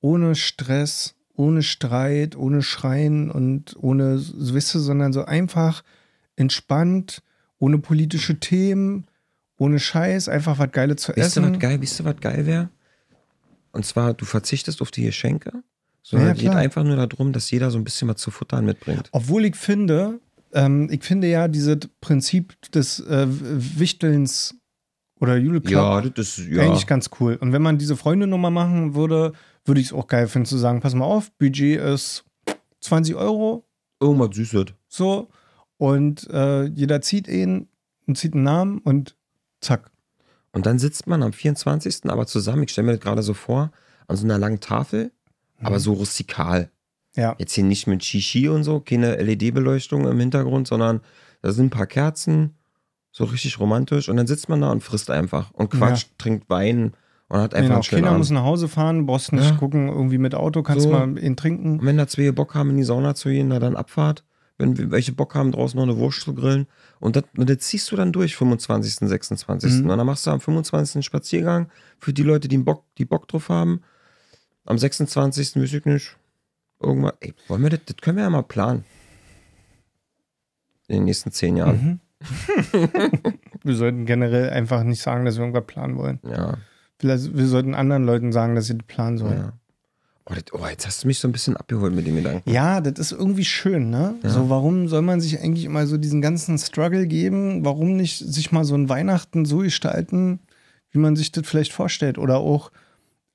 Speaker 1: Ohne Stress, ohne Streit, ohne Schreien und ohne so- weißt du, sondern so einfach entspannt, ohne politische Themen, ohne Scheiß, einfach was Geiles zu
Speaker 2: Weißt du,
Speaker 1: essen.
Speaker 2: was geil, weißt du, was geil wäre? Und zwar, du verzichtest auf die Geschenke,
Speaker 1: Ja,
Speaker 2: sondern es geht
Speaker 1: klar.
Speaker 2: einfach nur darum, dass jeder so ein bisschen was zu futtern mitbringt.
Speaker 1: Obwohl ich finde, ähm, ich finde ja dieses Prinzip des äh, Wichtelns oder Jule
Speaker 2: Ja, das ist, ja.
Speaker 1: Oh, eigentlich ganz cool. Und wenn man diese Freunde-Nummer machen würde, würde ich es auch geil finden zu sagen, pass mal auf, Budget ist 20 Euro,
Speaker 2: Irgendwas Süßes.
Speaker 1: so, und äh, jeder zieht ihn und zieht einen Namen und zack.
Speaker 2: Und dann sitzt man am 24. aber zusammen, ich stelle mir das gerade so vor, an so einer langen Tafel,
Speaker 1: Mhm.
Speaker 2: aber so rustikal.
Speaker 1: Ja.
Speaker 2: Jetzt hier nicht mit Shishi und so, keine LED-Beleuchtung im Hintergrund, sondern da sind ein paar Kerzen, so richtig romantisch. Und dann sitzt man da und frisst einfach und quatscht, trinkt Wein und hat einfach
Speaker 1: Genau,
Speaker 2: einen schönen
Speaker 1: Kinder
Speaker 2: Abend.
Speaker 1: muss nach Hause fahren, brauchst nicht
Speaker 2: Ja.
Speaker 1: gucken, irgendwie mit Auto, kannst
Speaker 2: So.
Speaker 1: mal ihn trinken.
Speaker 2: Und wenn da zwei Bock haben, in die Sauna zu gehen, na dann Abfahrt. Wenn wir- welche Bock haben, draußen noch eine Wurst zu grillen. Und das, und das ziehst du dann durch, 25., 26.
Speaker 1: Mhm.
Speaker 2: Und dann machst du am 25. einen Spaziergang für die Leute, die einen Bock, die Bock drauf haben. Am 26. weiß ich nicht. Irgendwann, ey, wollen wir das, das können wir ja mal planen. In den nächsten zehn Jahren. (laughs)
Speaker 1: Mhm. wir sollten generell einfach nicht sagen, dass wir irgendwas planen wollen.
Speaker 2: Ja,
Speaker 1: Vielleicht, wir sollten anderen Leuten sagen, dass sie das planen sollen.
Speaker 2: ja. Oh, das, oh, jetzt hast du mich so ein bisschen abgeholt mit dem Gedanken.
Speaker 1: Ja, das ist irgendwie schön, ne? So, warum soll man sich eigentlich immer so diesen ganzen Struggle geben? Warum nicht sich mal so ein Weihnachten so gestalten, wie man sich das vielleicht vorstellt? Oder auch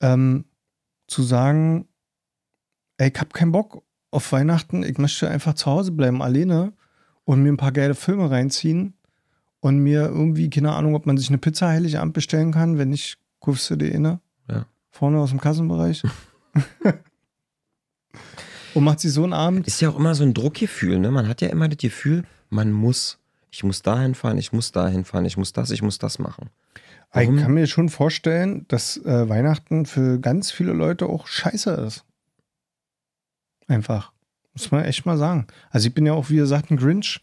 Speaker 1: ähm, zu sagen, ey, ich hab keinen Bock auf Weihnachten, ich möchte einfach zu Hause bleiben, alleine und mir ein paar geile Filme reinziehen und mir irgendwie, keine Ahnung, ob man sich eine Pizza Heiligabend bestellen kann. Wenn nicht, kaufst du dir eine.
Speaker 2: Ja.
Speaker 1: Vorne aus dem Kassenbereich. und macht sie so einen Abend.
Speaker 2: Ist ja auch immer so ein Druckgefühl, ne? Man hat ja immer das Gefühl, man muss. Ich muss dahin fahren, ich muss dahin fahren, ich muss das, ich muss das machen. Warum?
Speaker 1: Ich kann mir schon vorstellen, dass äh, Weihnachten für ganz viele Leute auch scheiße ist. Einfach. Muss man echt mal sagen. Also ich bin ja auch, wie gesagt, ein Grinch.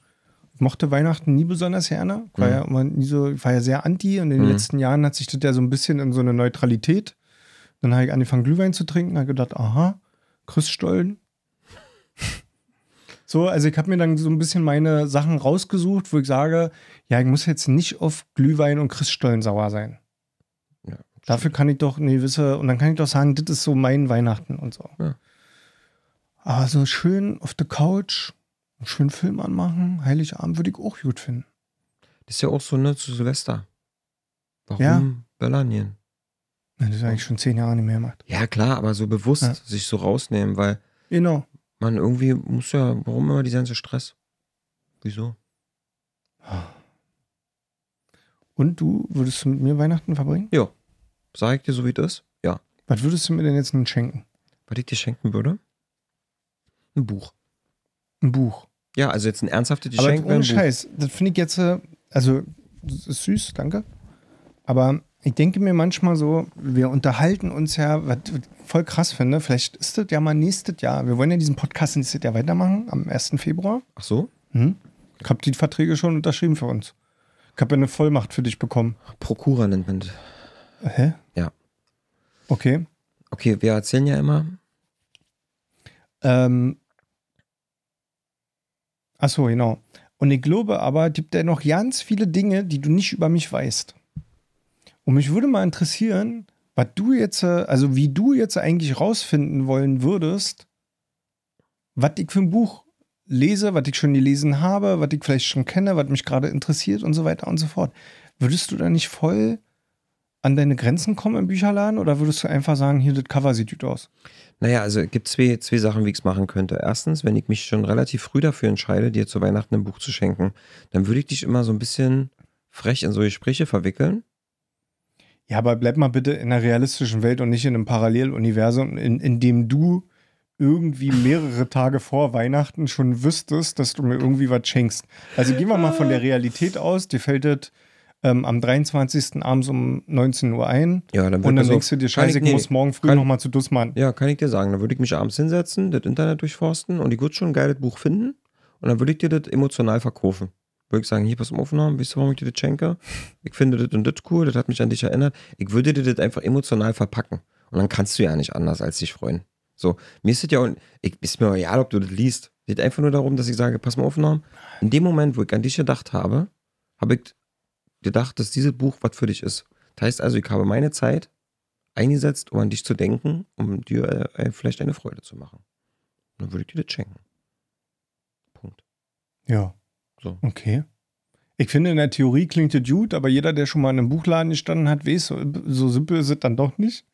Speaker 1: Ich mochte Weihnachten nie besonders gerne. Ich war
Speaker 2: Mhm.
Speaker 1: ja immer nie so, ich war ja sehr anti und in den
Speaker 2: Mhm.
Speaker 1: letzten Jahren hat sich das ja so ein bisschen in so eine Neutralität. Dann habe ich angefangen, Glühwein zu trinken, habe gedacht, aha, Christstollen.
Speaker 2: (laughs)
Speaker 1: So, also ich habe mir dann so ein bisschen meine Sachen rausgesucht, wo ich sage, ja, ich muss jetzt nicht auf Glühwein und Christstollen sauer sein.
Speaker 2: Ja,
Speaker 1: Dafür kann ich doch eine gewisse, und dann kann ich doch sagen, das ist so mein Weihnachten und so.
Speaker 2: Ja.
Speaker 1: Aber so schön auf der Couch, einen schönen Film anmachen, Heiligabend würde ich auch gut finden.
Speaker 2: Das ist ja auch so, ne, zu Silvester. Warum
Speaker 1: Ja.
Speaker 2: Böllanien?
Speaker 1: Na, Das ist eigentlich schon zehn Jahre nicht mehr gemacht.
Speaker 2: Ja, klar, aber so bewusst
Speaker 1: Ja.
Speaker 2: sich so rausnehmen, weil
Speaker 1: Genau.
Speaker 2: man irgendwie muss ja, warum immer dieser ganze Stress? Wieso?
Speaker 1: Und du würdest du mit mir Weihnachten verbringen?
Speaker 2: Sag ich dir so, wie das ist? Ja.
Speaker 1: Was würdest du mir denn jetzt nun schenken?
Speaker 2: Was ich dir schenken würde? Ein Buch.
Speaker 1: Ein Buch.
Speaker 2: Ja, also jetzt ein ernsthaftes
Speaker 1: Aber
Speaker 2: Geschenk. wäre ein
Speaker 1: ohne
Speaker 2: Buch.
Speaker 1: Scheiß, das finde ich jetzt, äh, also das ist süß, danke. Aber ich denke mir manchmal so, wir unterhalten uns ja, was ich voll krass finde, vielleicht ist das ja mal nächstes Jahr. Wir wollen ja diesen Podcast nächstes Jahr weitermachen, am 1. Februar.
Speaker 2: Ach so?
Speaker 1: Hm? Ich habe die Verträge schon unterschrieben für uns. Ich habe ja eine Vollmacht für dich bekommen.
Speaker 2: Prokura nennt man das.
Speaker 1: Hä?
Speaker 2: Ja.
Speaker 1: Okay.
Speaker 2: Okay, wir erzählen ja immer,
Speaker 1: Ähm, ach so, genau. Und ich glaube aber, es gibt ja noch ganz viele Dinge, die du nicht über mich weißt. Und mich würde mal interessieren, was du jetzt, äh, also wie du jetzt eigentlich rausfinden wollen würdest, was ich für ein Buch lese, was ich schon gelesen habe, was ich vielleicht schon kenne, was mich gerade interessiert und so weiter und so fort. Würdest du da nicht voll an deine Grenzen kommen im Bücherladen oder würdest du einfach sagen, hier, das Cover sieht gut aus?
Speaker 2: Naja, also es gibt zwei, zwei Sachen, wie ich es machen könnte. Erstens, wenn ich mich schon relativ früh dafür entscheide, dir zu Weihnachten ein Buch zu schenken, dann würde ich dich immer so ein bisschen frech in so Gespräche verwickeln.
Speaker 1: Ja, aber bleib mal bitte in einer realistischen Welt und nicht in einem Paralleluniversum, in, in dem du irgendwie mehrere Tage vor Weihnachten schon wüsstest, dass du mir irgendwie was schenkst. Also gehen wir mal von der Realität aus, dir fällt das ähm, am 23. abends um 19 Uhr ein
Speaker 2: Ja, dann
Speaker 1: und
Speaker 2: würde
Speaker 1: dann
Speaker 2: ich so,
Speaker 1: denkst du dir, scheiße, ich
Speaker 2: also kann ich-
Speaker 1: muss morgen früh
Speaker 2: kann-
Speaker 1: nochmal zu Dussmann.
Speaker 2: ja, kann ich dir sagen, dann würde ich mich abends hinsetzen, das Internet durchforsten und ich würde schon ein geiles Buch finden und dann würde ich dir das emotional verkaufen. Würde ich sagen, hier, pass mal auf, Norm, weißt du, warum ich dir das schenke? Ich finde das und das cool, das hat mich an dich erinnert. Ich würde dir das einfach emotional verpacken und dann kannst du ja nicht anders als dich freuen. So, mir ist es ja, auch- ich, ist mir auch egal, ob du das liest. Geht einfach nur darum, dass ich sage, pass mal auf, Norm. In dem Moment, wo ich an dich gedacht habe, habe ich gedacht, dass dieses Buch was für dich ist. Das heißt also, ich habe meine Zeit eingesetzt, um an dich zu denken, um dir äh, äh, vielleicht eine Freude zu machen. Und dann würde ich dir das schenken. Punkt.
Speaker 1: Ja.
Speaker 2: So.
Speaker 1: Okay. Ich finde, in der Theorie klingt das gut, aber jeder, der schon mal in einem Buchladen gestanden hat, weiß, so, so simpel ist es dann doch nicht.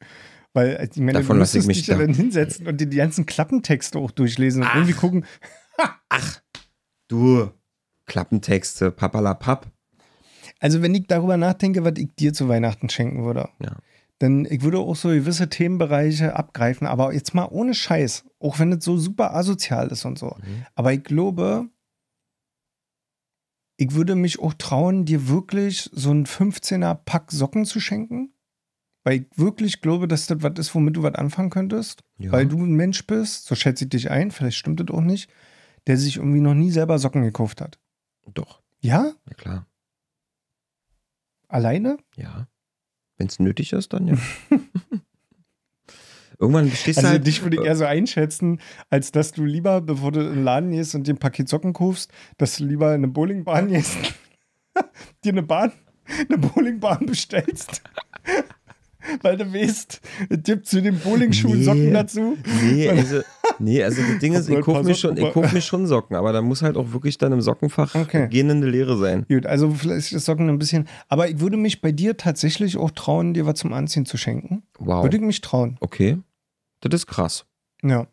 Speaker 1: Weil, also, ich meine,
Speaker 2: Davon
Speaker 1: du
Speaker 2: lasse
Speaker 1: müsstest
Speaker 2: ich mich
Speaker 1: dich ja
Speaker 2: da-
Speaker 1: dann hinsetzen und dir die ganzen Klappentexte auch durchlesen und
Speaker 2: Ach.
Speaker 1: irgendwie gucken,
Speaker 2: Du. Klappentexte, papalapap.
Speaker 1: Also, wenn ich darüber nachdenke, was ich dir zu Weihnachten schenken würde,
Speaker 2: Ja.
Speaker 1: dann ich würde auch so gewisse Themenbereiche abgreifen, aber jetzt mal ohne Scheiß, auch wenn es so super asozial ist und so.
Speaker 2: Mhm.
Speaker 1: Aber ich glaube, ich würde mich auch trauen, dir wirklich so ein 15er Pack Socken zu schenken, weil ich wirklich glaube, dass das was ist, womit du was anfangen könntest
Speaker 2: Ja.
Speaker 1: weil du ein Mensch bist, so schätze ich dich ein, vielleicht stimmt das auch nicht, der sich irgendwie noch nie selber Socken gekauft hat.
Speaker 2: Doch,
Speaker 1: Ja?
Speaker 2: na klar.
Speaker 1: Alleine?
Speaker 2: Ja. Wenn es nötig ist,
Speaker 1: (laughs)
Speaker 2: dann ja. Irgendwann stehst
Speaker 1: Also
Speaker 2: du halt.
Speaker 1: dich würde ich eher so einschätzen, als dass du lieber, bevor du in den Laden gehst und dir ein Paket Socken kaufst, dass du lieber in eine Bowlingbahn gehst, (laughs) dir eine Bahn, eine Bowlingbahn bestellst. (laughs) Weil du weißt, es gibt zu den Bowlingschuhen
Speaker 2: Nee.
Speaker 1: Socken dazu. (laughs)
Speaker 2: Nee, also, nee, also das Ding ist,
Speaker 1: Obwohl,
Speaker 2: ich kaufe
Speaker 1: Oh pass
Speaker 2: mir,
Speaker 1: auf,
Speaker 2: schon-
Speaker 1: aber-
Speaker 2: ich kauf mir schon Socken, aber da muss halt auch wirklich dann im Sockenfach
Speaker 1: Okay.
Speaker 2: gähnende Leere sein.
Speaker 1: Gut, also vielleicht ist Socken ein bisschen. Aber ich würde mich bei dir tatsächlich auch trauen, dir was zum Anziehen zu schenken.
Speaker 2: Wow.
Speaker 1: Würde ich mich trauen.
Speaker 2: Okay. Das ist krass.
Speaker 1: Ja.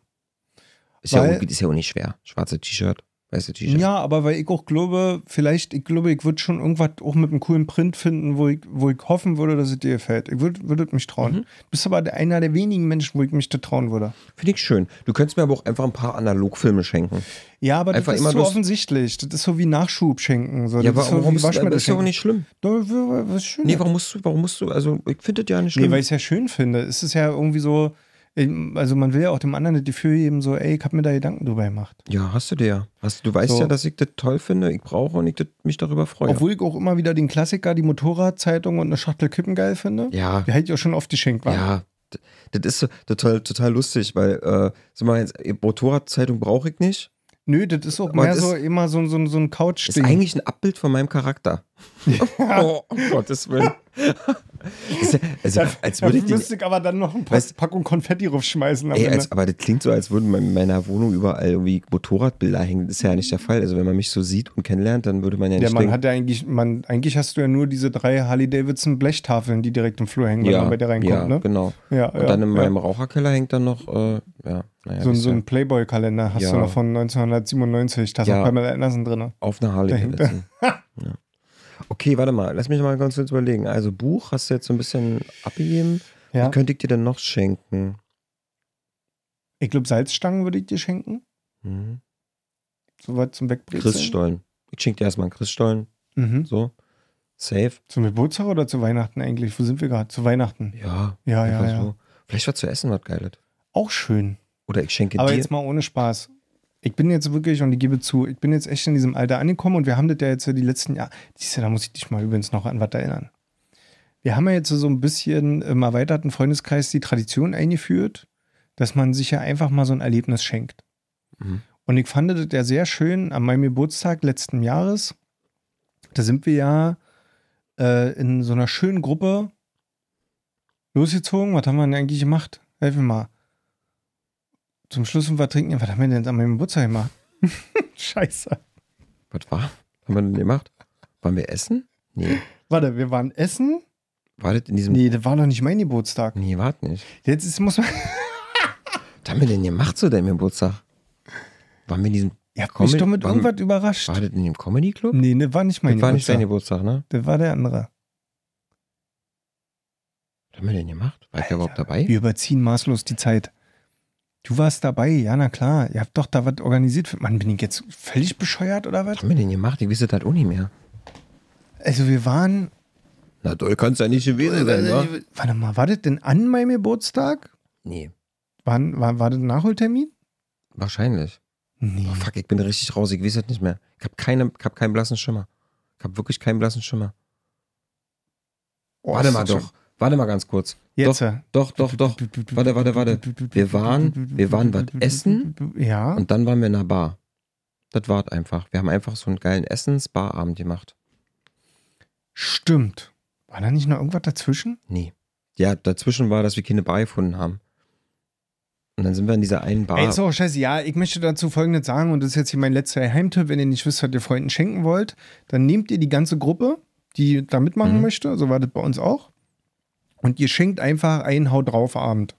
Speaker 2: Ist, ja
Speaker 1: Weil-
Speaker 2: auch, ist ja auch nicht schwer. Schwarze T-Shirt, weiße T-Shirt.
Speaker 1: Ja, aber weil ich auch glaube, vielleicht, ich glaube, ich würde schon irgendwas auch mit einem coolen Print finden, wo ich, wo ich hoffen würde, dass es dir gefällt. Ich würde würd mich trauen.
Speaker 2: Mhm.
Speaker 1: Bist aber der- einer der wenigen Menschen, wo ich mich da trauen würde.
Speaker 2: Finde ich schön. Du könntest mir aber auch einfach ein paar Analogfilme schenken.
Speaker 1: Ja, aber
Speaker 2: Einfach
Speaker 1: das ist
Speaker 2: immer
Speaker 1: so
Speaker 2: bloß-
Speaker 1: offensichtlich. Das ist so wie Nachschub schenken. So.
Speaker 2: Ja, aber
Speaker 1: das ist so
Speaker 2: warum
Speaker 1: wie
Speaker 2: ist,
Speaker 1: Waschmittel
Speaker 2: ist ja auch
Speaker 1: schenken.
Speaker 2: nicht schlimm.
Speaker 1: Da- Was schön.
Speaker 2: Nee, warum musst du, warum musst du, also ich finde das ja nicht schlimm.
Speaker 1: Nee, weil ich es ja schön finde. Es ist ja irgendwie so, ähm, also man will ja auch dem anderen das Gefühl geben, so, ey, ich habe mir da Gedanken drüber gemacht.
Speaker 2: ja, hast du dir ja. Hast, du weißt
Speaker 1: So.
Speaker 2: ja, dass ich das toll finde, ich brauche und ich das, mich darüber freue.
Speaker 1: Obwohl ich auch immer wieder den Klassiker, die Motorradzeitung und eine Schachtel Kippen geil finde.
Speaker 2: ja,
Speaker 1: Die hätte ich auch schon oft geschenkt. war.
Speaker 2: ja. D- Das ist so total, total lustig, weil, äh, sag mal, jetzt, eh, Motorradzeitung brauche ich nicht.
Speaker 1: Nö, das ist auch
Speaker 2: Aber
Speaker 1: mehr
Speaker 2: das
Speaker 1: so immer so, so, so ein couch (laughs)
Speaker 2: (laughs) Ist eigentlich ein Abbild von meinem Charakter. oh, um Gottes Willen. Das ist ja- Also, als würde ich
Speaker 1: da
Speaker 2: den,
Speaker 1: müsste ich aber dann noch ein paar
Speaker 2: Weißt-
Speaker 1: Packung Konfetti raufschmeißen. am
Speaker 2: Ey,
Speaker 1: Ende.
Speaker 2: als, aber das klingt so, als würden in meiner Wohnung überall irgendwie Motorradbilder hängen. Das ist ja nicht der Fall. Also wenn man mich so sieht und kennenlernt, dann würde man ja
Speaker 1: ja,
Speaker 2: nicht
Speaker 1: man
Speaker 2: denken,
Speaker 1: hat ja eigentlich, man, eigentlich hast du ja nur diese drei Harley-Davidson-Blechtafeln, die direkt im Flur hängen, wenn
Speaker 2: ja,
Speaker 1: man bei dir reinkommt,
Speaker 2: ja,
Speaker 1: ne?
Speaker 2: genau.
Speaker 1: Ja,
Speaker 2: Und
Speaker 1: ja,
Speaker 2: dann in
Speaker 1: ja.
Speaker 2: meinem Raucherkeller hängt dann noch, äh, ja, naja,
Speaker 1: So, ein-
Speaker 2: das ist
Speaker 1: so
Speaker 2: ja
Speaker 1: ein Playboy-Kalender hast
Speaker 2: Ja.
Speaker 1: du noch von 1997. Da ist
Speaker 2: Ja.
Speaker 1: noch Pamela Anderson drin. ne?
Speaker 2: auf einer Harley
Speaker 1: (laughs) dahinter.
Speaker 2: Davidson. ja. Okay, warte mal, lass mich mal ganz kurz überlegen. Also Buch hast du jetzt so ein bisschen abgegeben.
Speaker 1: Ja.
Speaker 2: Was könnte ich dir denn noch schenken?
Speaker 1: Ich glaube, Salzstangen würde ich dir schenken.
Speaker 2: Hm?
Speaker 1: Soweit zum Wegbrezeln.
Speaker 2: Christstollen. Ich schenke dir erstmal einen Christstollen,
Speaker 1: Mhm.
Speaker 2: so. Safe.
Speaker 1: Zum Geburtstag oder zu Weihnachten eigentlich? Wo sind wir gerade? Zu Weihnachten.
Speaker 2: Ja,
Speaker 1: Ja, Ah, ja,
Speaker 2: einfach
Speaker 1: ja.
Speaker 2: so. Vielleicht war zu essen was Geiles.
Speaker 1: Auch schön.
Speaker 2: Oder ich schenke
Speaker 1: Aber
Speaker 2: dir.
Speaker 1: jetzt mal ohne Spaß. Ich bin jetzt wirklich, und ich gebe zu, ich bin jetzt echt in diesem Alter angekommen und wir haben das ja jetzt so die letzten Jahre. Siehst du, da muss ich dich mal übrigens noch an was erinnern. Wir haben ja jetzt so so ein bisschen im erweiterten Freundeskreis die Tradition eingeführt, dass man sich ja einfach mal so ein Erlebnis schenkt.
Speaker 2: Mhm.
Speaker 1: Und ich fand das ja sehr schön an meinem Geburtstag letzten Jahres. Da sind wir ja äh, in so einer schönen Gruppe losgezogen. Was haben wir denn eigentlich gemacht? Helf mir mal. Zum Schluss und was trinken. Was haben wir denn an meinem Geburtstag
Speaker 2: (laughs)
Speaker 1: gemacht? Scheiße.
Speaker 2: Was war? Haben wir denn gemacht? Waren wir essen? Nee.
Speaker 1: Warte, wir waren essen?
Speaker 2: War das in diesem. Nee,
Speaker 1: Nee, das war doch nicht mein Geburtstag.
Speaker 2: nee warte nicht.
Speaker 1: Jetzt ist, muss man. (laughs)
Speaker 2: Was haben wir denn gemacht zu deinem Geburtstag? Waren wir in diesem.
Speaker 1: Ihr habt
Speaker 2: Comedy-
Speaker 1: mich doch mit
Speaker 2: waren-
Speaker 1: irgendwas überrascht.
Speaker 2: War das in dem Comedy Club?
Speaker 1: Nee, das war nicht mein
Speaker 2: das war nicht
Speaker 1: Geburtstag.
Speaker 2: dein Geburtstag, ne?
Speaker 1: das war der andere.
Speaker 2: Was haben wir denn gemacht? War ich da überhaupt dabei?
Speaker 1: Wir überziehen maßlos die Zeit. Du warst dabei, ja, na klar. Ihr habt doch da was organisiert. für- Mann, bin ich jetzt völlig bescheuert oder
Speaker 2: Was
Speaker 1: was?
Speaker 2: haben wir denn gemacht? Ich wüsste das auch nicht mehr.
Speaker 1: Also, wir waren. Äh,
Speaker 2: Na toll, kannst ja nicht gewesen sein, ne?
Speaker 1: Warte mal, war das denn an meinem Geburtstag?
Speaker 2: Nee,
Speaker 1: Wann, war, war das ein Nachholtermin?
Speaker 2: wahrscheinlich.
Speaker 1: Nee.
Speaker 2: Oh, fuck, ich bin richtig raus, ich weiß das nicht mehr. Ich hab, keine, ich hab keinen blassen Schimmer. Ich hab wirklich keinen blassen Schimmer.
Speaker 1: Oh,
Speaker 2: warte
Speaker 1: ist
Speaker 2: mal
Speaker 1: das schon-
Speaker 2: doch. Warte mal ganz kurz.
Speaker 1: Jetzt.
Speaker 2: Doch, doch, doch, doch. Warte, warte, warte. Wir waren- wir waren was essen?
Speaker 1: Ja.
Speaker 2: Und dann waren wir in einer Bar. Das war einfach. Wir haben einfach so einen geilen Essens-Barabend gemacht.
Speaker 1: Stimmt. War da nicht noch irgendwas dazwischen?
Speaker 2: Nee. Ja, dazwischen war, dass wir keine Bar gefunden haben. Und dann sind wir in dieser einen Bar.
Speaker 1: Ey, ist auch scheiße. Ja, ich möchte dazu Folgendes sagen und das ist jetzt hier mein letzter Geheimtipp. Wenn ihr nicht wisst, was ihr Freunden schenken wollt, dann nehmt ihr die ganze Gruppe, die da mitmachen
Speaker 2: Mhm.
Speaker 1: möchte, so war das bei uns auch, und ihr schenkt einfach einen Hau drauf Abend.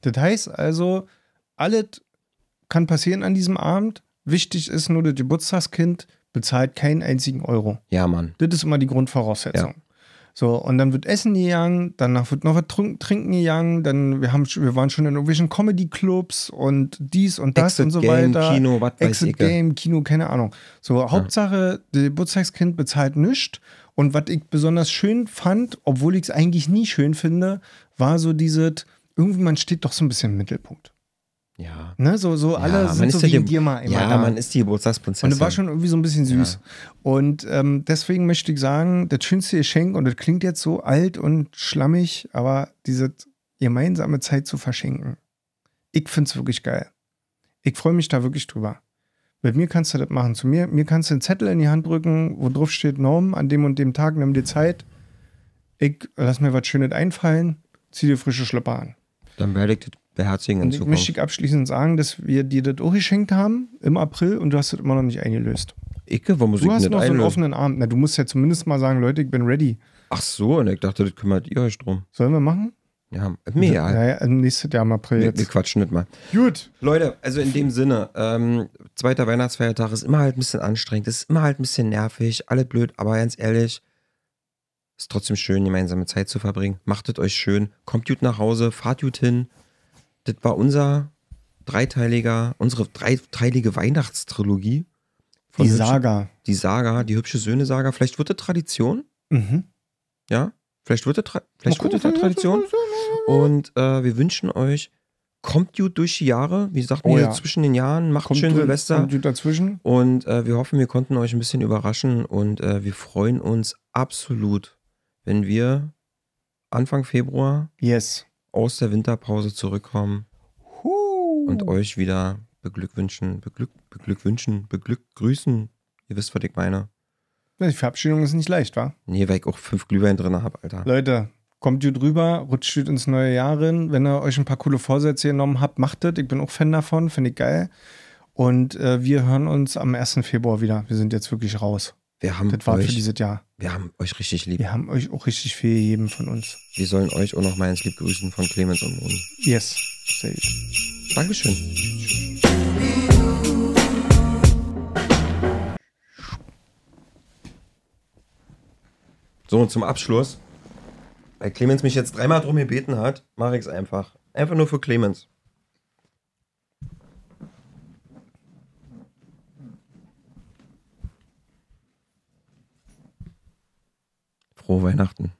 Speaker 1: Das heißt also, alles kann passieren an diesem Abend. Wichtig ist nur, das Geburtstagskind bezahlt keinen einzigen Euro.
Speaker 2: ja, Mann.
Speaker 1: Das ist immer die Grundvoraussetzung. So, und dann wird Essen gegangen, danach wird noch was trunk- trinken gegangen, dann wir haben sch- wir waren schon in irgendwelchen Comedy-Clubs und dies und das
Speaker 2: Exit
Speaker 1: und so
Speaker 2: Game,
Speaker 1: weiter.
Speaker 2: Kino, was weiß
Speaker 1: Exit
Speaker 2: ich.
Speaker 1: Game, Kino, keine Ahnung. So, Hauptsache, der Geburtstagskind bezahlt nichts. Und was ich besonders schön fand, obwohl ich es eigentlich nie schön finde, war so dieses, irgendwie man steht doch so ein bisschen im Mittelpunkt.
Speaker 2: Ja.
Speaker 1: Ne? So, so alle
Speaker 2: ja,
Speaker 1: sind so
Speaker 2: ja
Speaker 1: wie
Speaker 2: die-
Speaker 1: in dir mal immer
Speaker 2: Ja,
Speaker 1: da.
Speaker 2: man ist die Geburtstagsprinzessin.
Speaker 1: Und das war schon irgendwie so ein bisschen süß. Und ähm, deswegen möchte ich sagen, das schönste Geschenk, und das klingt jetzt so alt und schlammig, aber diese gemeinsame Zeit zu verschenken. Ich finde es wirklich geil. Ich freue mich da wirklich drüber. Mit mir kannst du das machen. Zu mir, mir kannst du einen Zettel in die Hand drücken, wo drauf steht Norm, an dem und dem Tag, nimm dir Zeit. Ich lass mir was Schönes einfallen, zieh dir frische Schlöpper an.
Speaker 2: Dann werde ich das beherzigen in
Speaker 1: Und ich möchte
Speaker 2: Zukunft.
Speaker 1: ich abschließend sagen, dass wir dir das auch geschenkt haben im April und du hast das immer noch nicht eingelöst.
Speaker 2: Icke, warum muss
Speaker 1: Du
Speaker 2: ich
Speaker 1: hast
Speaker 2: nicht
Speaker 1: noch so einen
Speaker 2: einlösen?
Speaker 1: offenen Arm. Na, du musst ja zumindest mal sagen, Leute, ich bin ready.
Speaker 2: Ach so, und ich dachte, das kümmert ihr euch drum.
Speaker 1: Sollen wir machen?
Speaker 2: Ja, mir ja.
Speaker 1: Naja, im nächsten Jahr im April
Speaker 2: Wir, wir
Speaker 1: jetzt.
Speaker 2: quatschen nicht mal.
Speaker 1: Gut.
Speaker 2: Leute, also in dem Sinne, ähm, zweiter Weihnachtsfeiertag ist immer halt ein bisschen anstrengend, ist immer halt ein bisschen nervig, alle blöd, aber ganz ehrlich, ist trotzdem schön, gemeinsame Zeit zu verbringen. Machtet euch schön, kommt gut nach Hause, fahrt gut hin. Das war unser dreiteiliger, unsere dreiteilige Weihnachtstrilogie. von
Speaker 1: Die
Speaker 2: Hübsche-
Speaker 1: Saga.
Speaker 2: Die Saga, die hübsche Söhne-Saga. Vielleicht wird das Tradition,
Speaker 1: Mhm.
Speaker 2: ja? Vielleicht wird das, Tra vielleicht
Speaker 1: Mal
Speaker 2: wird das
Speaker 1: gucken.
Speaker 2: eine Tradition. Und äh, wir wünschen euch, kommt gut durch die Jahre. Wie sagt
Speaker 1: Oh
Speaker 2: man hier,
Speaker 1: ja.
Speaker 2: zwischen den Jahren, macht
Speaker 1: Kommt
Speaker 2: schön
Speaker 1: drin,
Speaker 2: Silvester.
Speaker 1: Kommt gut dazwischen.
Speaker 2: Und äh, wir hoffen, wir konnten euch ein bisschen überraschen und äh, wir freuen uns absolut, wenn wir Anfang Februar
Speaker 1: Yes.
Speaker 2: aus der Winterpause zurückkommen und
Speaker 1: Und
Speaker 2: euch wieder beglückwünschen, beglück, beglückwünschen, beglückgrüßen. Ihr wisst, was ich meine.
Speaker 1: Die Verabschiedung ist nicht leicht, wa?
Speaker 2: Nee, weil ich auch fünf Glühwein drin habe, Alter.
Speaker 1: Leute, Kommt gut rüber, rutscht gut ins neue Jahr rein. Wenn ihr euch ein paar coole Vorsätze genommen habt, macht das. Ich bin auch Fan davon, finde ich geil. Und äh, wir hören uns am 1. Februar wieder. Wir sind jetzt wirklich raus.
Speaker 2: Wir haben,
Speaker 1: Das war für
Speaker 2: euch,
Speaker 1: dieses Jahr.
Speaker 2: wir haben euch richtig lieb.
Speaker 1: Wir haben euch auch richtig viel gegeben von uns.
Speaker 2: Wir sollen euch auch noch mal ins Lieb grüßen von Clemens und Moni.
Speaker 1: Yes. Sehr gut.
Speaker 2: Dankeschön. So, und zum Abschluss, weil Clemens mich jetzt dreimal drum gebeten hat, mache ich es einfach. Einfach nur für Clemens. Frohe Weihnachten.